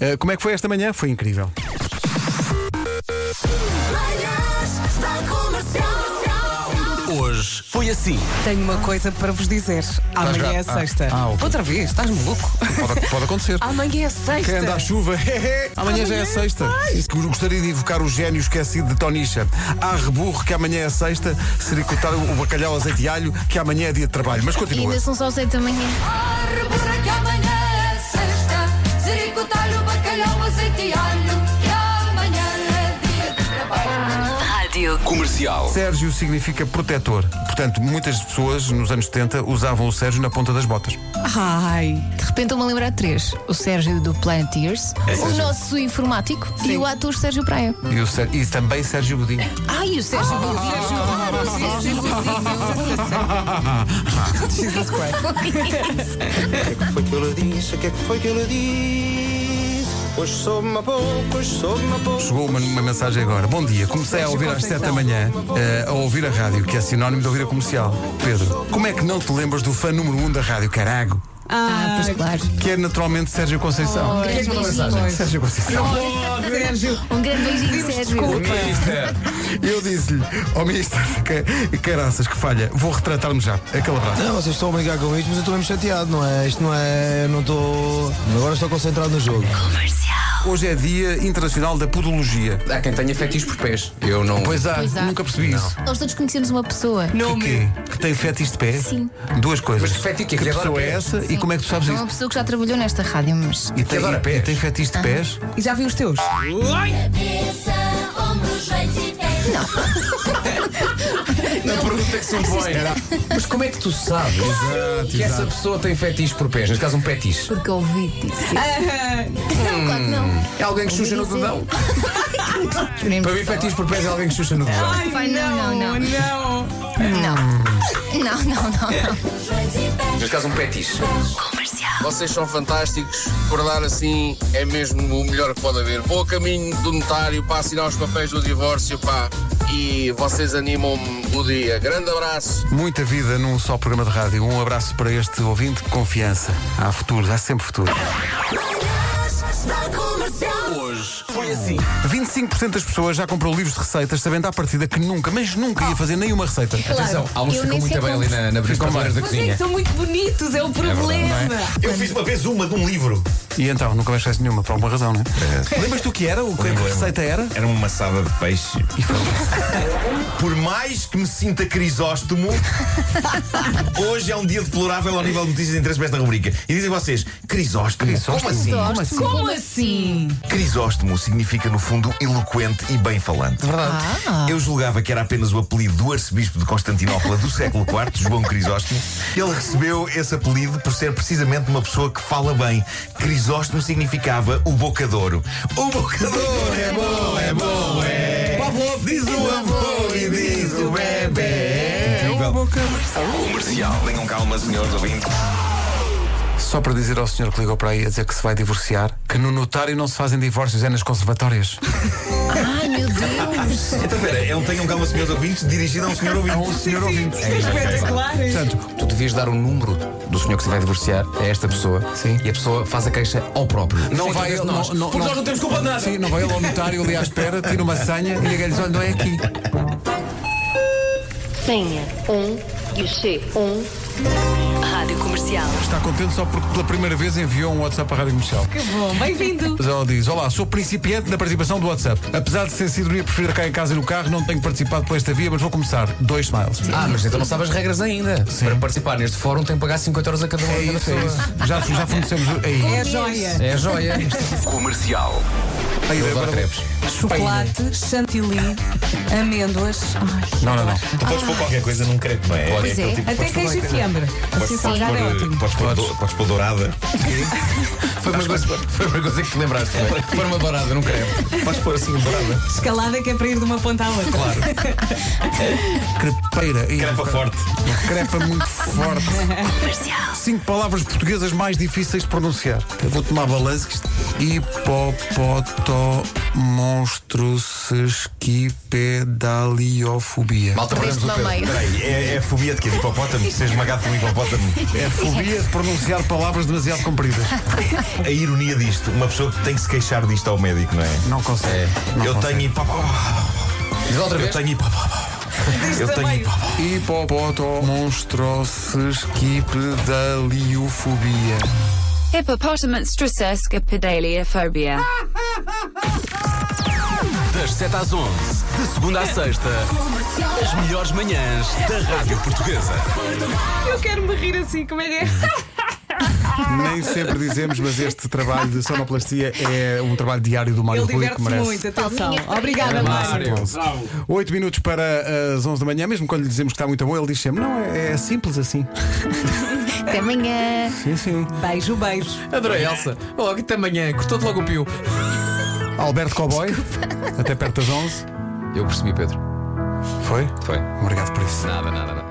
Eh, como é que foi esta manhã? Foi incrível. Manhãs da Comercial. Hoje foi assim. Tenho uma coisa para vos dizer. Amanhã é já- ah, sexta. ah, ok. Outra vez, estás maluco? Pode, pode acontecer. Amanhã é Quem anda à sexta. chuva, Ah, amanhã já é Amanhã sexta. é Gostaria de evocar o gênio esquecido de Tonicha. Há reburro que amanhã é sexta, sericotar o bacalhau azeite e alho, que amanhã é dia de trabalho. Mas E continua. ainda são só 7 da manhã. Árvore que amanhã é sexta. Zericotalho, bacalhau, azeite e alho. Que amanhã é dia de trabalho. Comercial. Sérgio significa protetor. Portanto, muitas pessoas nos anos 70 usavam o Sérgio na ponta das botas. Ai, De repente estou-me a lembrar de três: o Sérgio do Planeteers, o nosso informático e o ator Sérgio Praia. E, o Sér- e também Sérgio Godinho. Ai, o Sérgio do ah, Jesus Christ. foi que eu lhe disse? O que é que foi que eu lhe disse? Hoje soube-me a pouco, hoje soube-me a pouco. Chegou uma, uma mensagem agora. Bom dia, comecei a ouvir às 7 da manhã, eh, a ouvir a rádio, que é sinónimo de ouvir a comercial. Pedro, como é que não te lembras do fã número 1 um da rádio, carago? Ah, pois claro. Que é naturalmente Sérgio Conceição. grande Quem é que mandou a beijinho. mensagem? Sérgio Conceição. Oh, Sérgio, Um grande beijinho, Sérgio. Eu disse-lhe, ó ministro, que, caraças, que falha, vou retratar-me já. Aquele abraço. Não, vocês estão a brincar com isto, mas eu estou mesmo chateado, não é? Isto não é. Eu não estou. Agora estou concentrado no jogo. Hoje é Dia Internacional da Podologia. Há quem tenha fetiches por pés. Eu não. Pois há, Pois há. nunca percebi isso. Nós todos conhecemos uma pessoa. Que, quê? que tem fetiche de pé? Sim. Duas coisas. Mas que fetiche? que Que adora pessoa é pés? essa e como é que tu sabes Uma isso? pessoa que já trabalhou nesta rádio, mas. E tem, adora pés. e tem fetiche de pés? E já vi os teus? Cabeça, ombros, joelhos e pés. A pergunta que se me põe era, Mas como é que tu sabes que essa pessoa tem fetiches por pés? Neste caso, um petiche. Porque ouvi-te dizer. Ah, Não, claro que não. É alguém que Ouvi xuxa no dizer. dedão. Esperemos Para mim, só. fetiches por pés é alguém que xuxa no dedão. Vai, não, não, não. não. Não. Não, não, não. não. Joelhos e pés. Neste caso, um petiche. Vocês são fantásticos, por dar assim é mesmo o melhor que pode haver. Vou a caminho do notário para assinar os papéis do divórcio, pá, e vocês animam-me o dia. Grande abraço. Muita vida num só programa de rádio. Um abraço para este ouvinte de confiança. Há futuro, há sempre futuro. Manhãs da Comercial. 25% das pessoas já comprou livros de receitas sabendo à partida que nunca, mas nunca ia fazer nenhuma receita. Atenção, alguns eu ficam nem muito sequer bem ali na, na Ficam bem. brincadeira da Mas é que cozinha. são muito bonitos, é o problema. Eu fiz uma vez uma de um livro. E então, nunca mais fizeste nenhuma, por alguma razão, não é? Lembras tu que era? O que a lembro. receita era? Era uma assada de peixe. Por mais que me sinta crisóstomo, hoje é um dia deplorável ao nível de notícias de interesse para esta rubrica. E dizem vocês, crisóstomo? Como assim? Gosto. Como assim? Crisóstomo significa, no fundo, eloquente e bem-falante. É Verdade. Eu julgava que era apenas o apelido do arcebispo de Constantinopla do século IV, João Crisóstomo. Ele recebeu esse apelido por ser precisamente uma pessoa que fala bem. Crisóstomo significava o bocadouro. O bocadouro é bom, é bom, é. Pavlov diz o avô e diz o é bebê. um Comercial. Tenham calma, senhores ouvintes. Só para dizer ao senhor que ligou para aí a dizer que se vai divorciar, que no notário não se fazem divórcios, é nas conservatórias. Ai, meu Deus. Então, espera, é um Tenham Calma, Senhores Ouvintes, dirigido a um senhor ouvinte. senhor ouvinte. É espetacular. Tu devias dar o número do senhor que se vai divorciar a esta pessoa Sim. e a pessoa faz a queixa ao próprio. Não Sim, vai através de ele, nós. não, não, Porque nós não temos culpa de nada. Sim, não vai ele ao notário ali à espera, tira uma senha e ninguém diz: olha, não é aqui. Senha 1, guichê 1. Rádio Comercial. Está contente só porque pela primeira vez enviou um WhatsApp à Rádio Comercial. Que bom, bem-vindo. Mas ela diz: Olá, sou principiante na participação do WhatsApp. Apesar de ser sidonia preferida cá em casa e no carro, não tenho participado por esta via, mas vou começar. Dois smiles. Ah, mas então não sabes as regras ainda. Para participar neste fórum tem que pagar 50 euros a cada uma É cada isso, é pessoa. isso. Já, já fornecemos. É É isso. a joia. É a joia. Comercial. Aí, Eu agora- adoro crepes. Chocolate, chantilly, amêndoas. Ai. Não, não, não. Tu podes pôr qualquer coisa num crepe, não é? Pois aquele é. tipo- Até queijo e fiambre. Assim Podes podes salgado é pôr- eh, ótimo. podes pôr do- podes pôr dourada. Foi uma, coisa, foi uma coisa que te lembraste. Foi, foi uma dourada, não creio. Podes pôr assim dourada. Escalada que é para ir de uma ponta à outra. Claro. Crepeira. Ih, Crepa forte. Crepa muito forte. Cinco palavras portuguesas mais difíceis de pronunciar. Eu vou tomar balanço. que isto- Hipopótamo. Monstrosesquipedaliofobia. Malta, perdemos o Pedro. Peraí, é, é fobia de quê? De hipopótamo? Ser esmagado por um hipopótamo? É fobia de pronunciar palavras demasiado compridas. A ironia disto, uma pessoa que tem que se queixar disto ao médico, não é? Não consegue. não eu consegue. tenho hipopó. Diz outra Eu vez. tenho hipopó. Eu tenho hipopó. Hipopoto monstrosesquipedaliofobia. Hippopotamus stressescapedaliophobia. Das 7 às 11, de segunda à sexta, as melhores manhãs da Rádio Portuguesa. Eu quero me rir assim, como é que é? Nem sempre dizemos, mas este trabalho de sonoplastia é um trabalho diário do Mário Ele Rui que diverte-se merece. muito, atenção. Obrigada, Massa Mário. de onze. Oito minutos para eh, as 11 da manhã, mesmo quando lhe dizemos que está muito bom, ele diz sempre: Não, é, é simples assim. Até amanhã. Sim, sim. Beijo, beijo. Adorei, Elsa. Logo até amanhã, cortou-te logo o pio. Alberto Cowboy, até perto das 11. Eu percebi, Pedro. Foi? Foi. Obrigado por isso. Nada, nada, nada.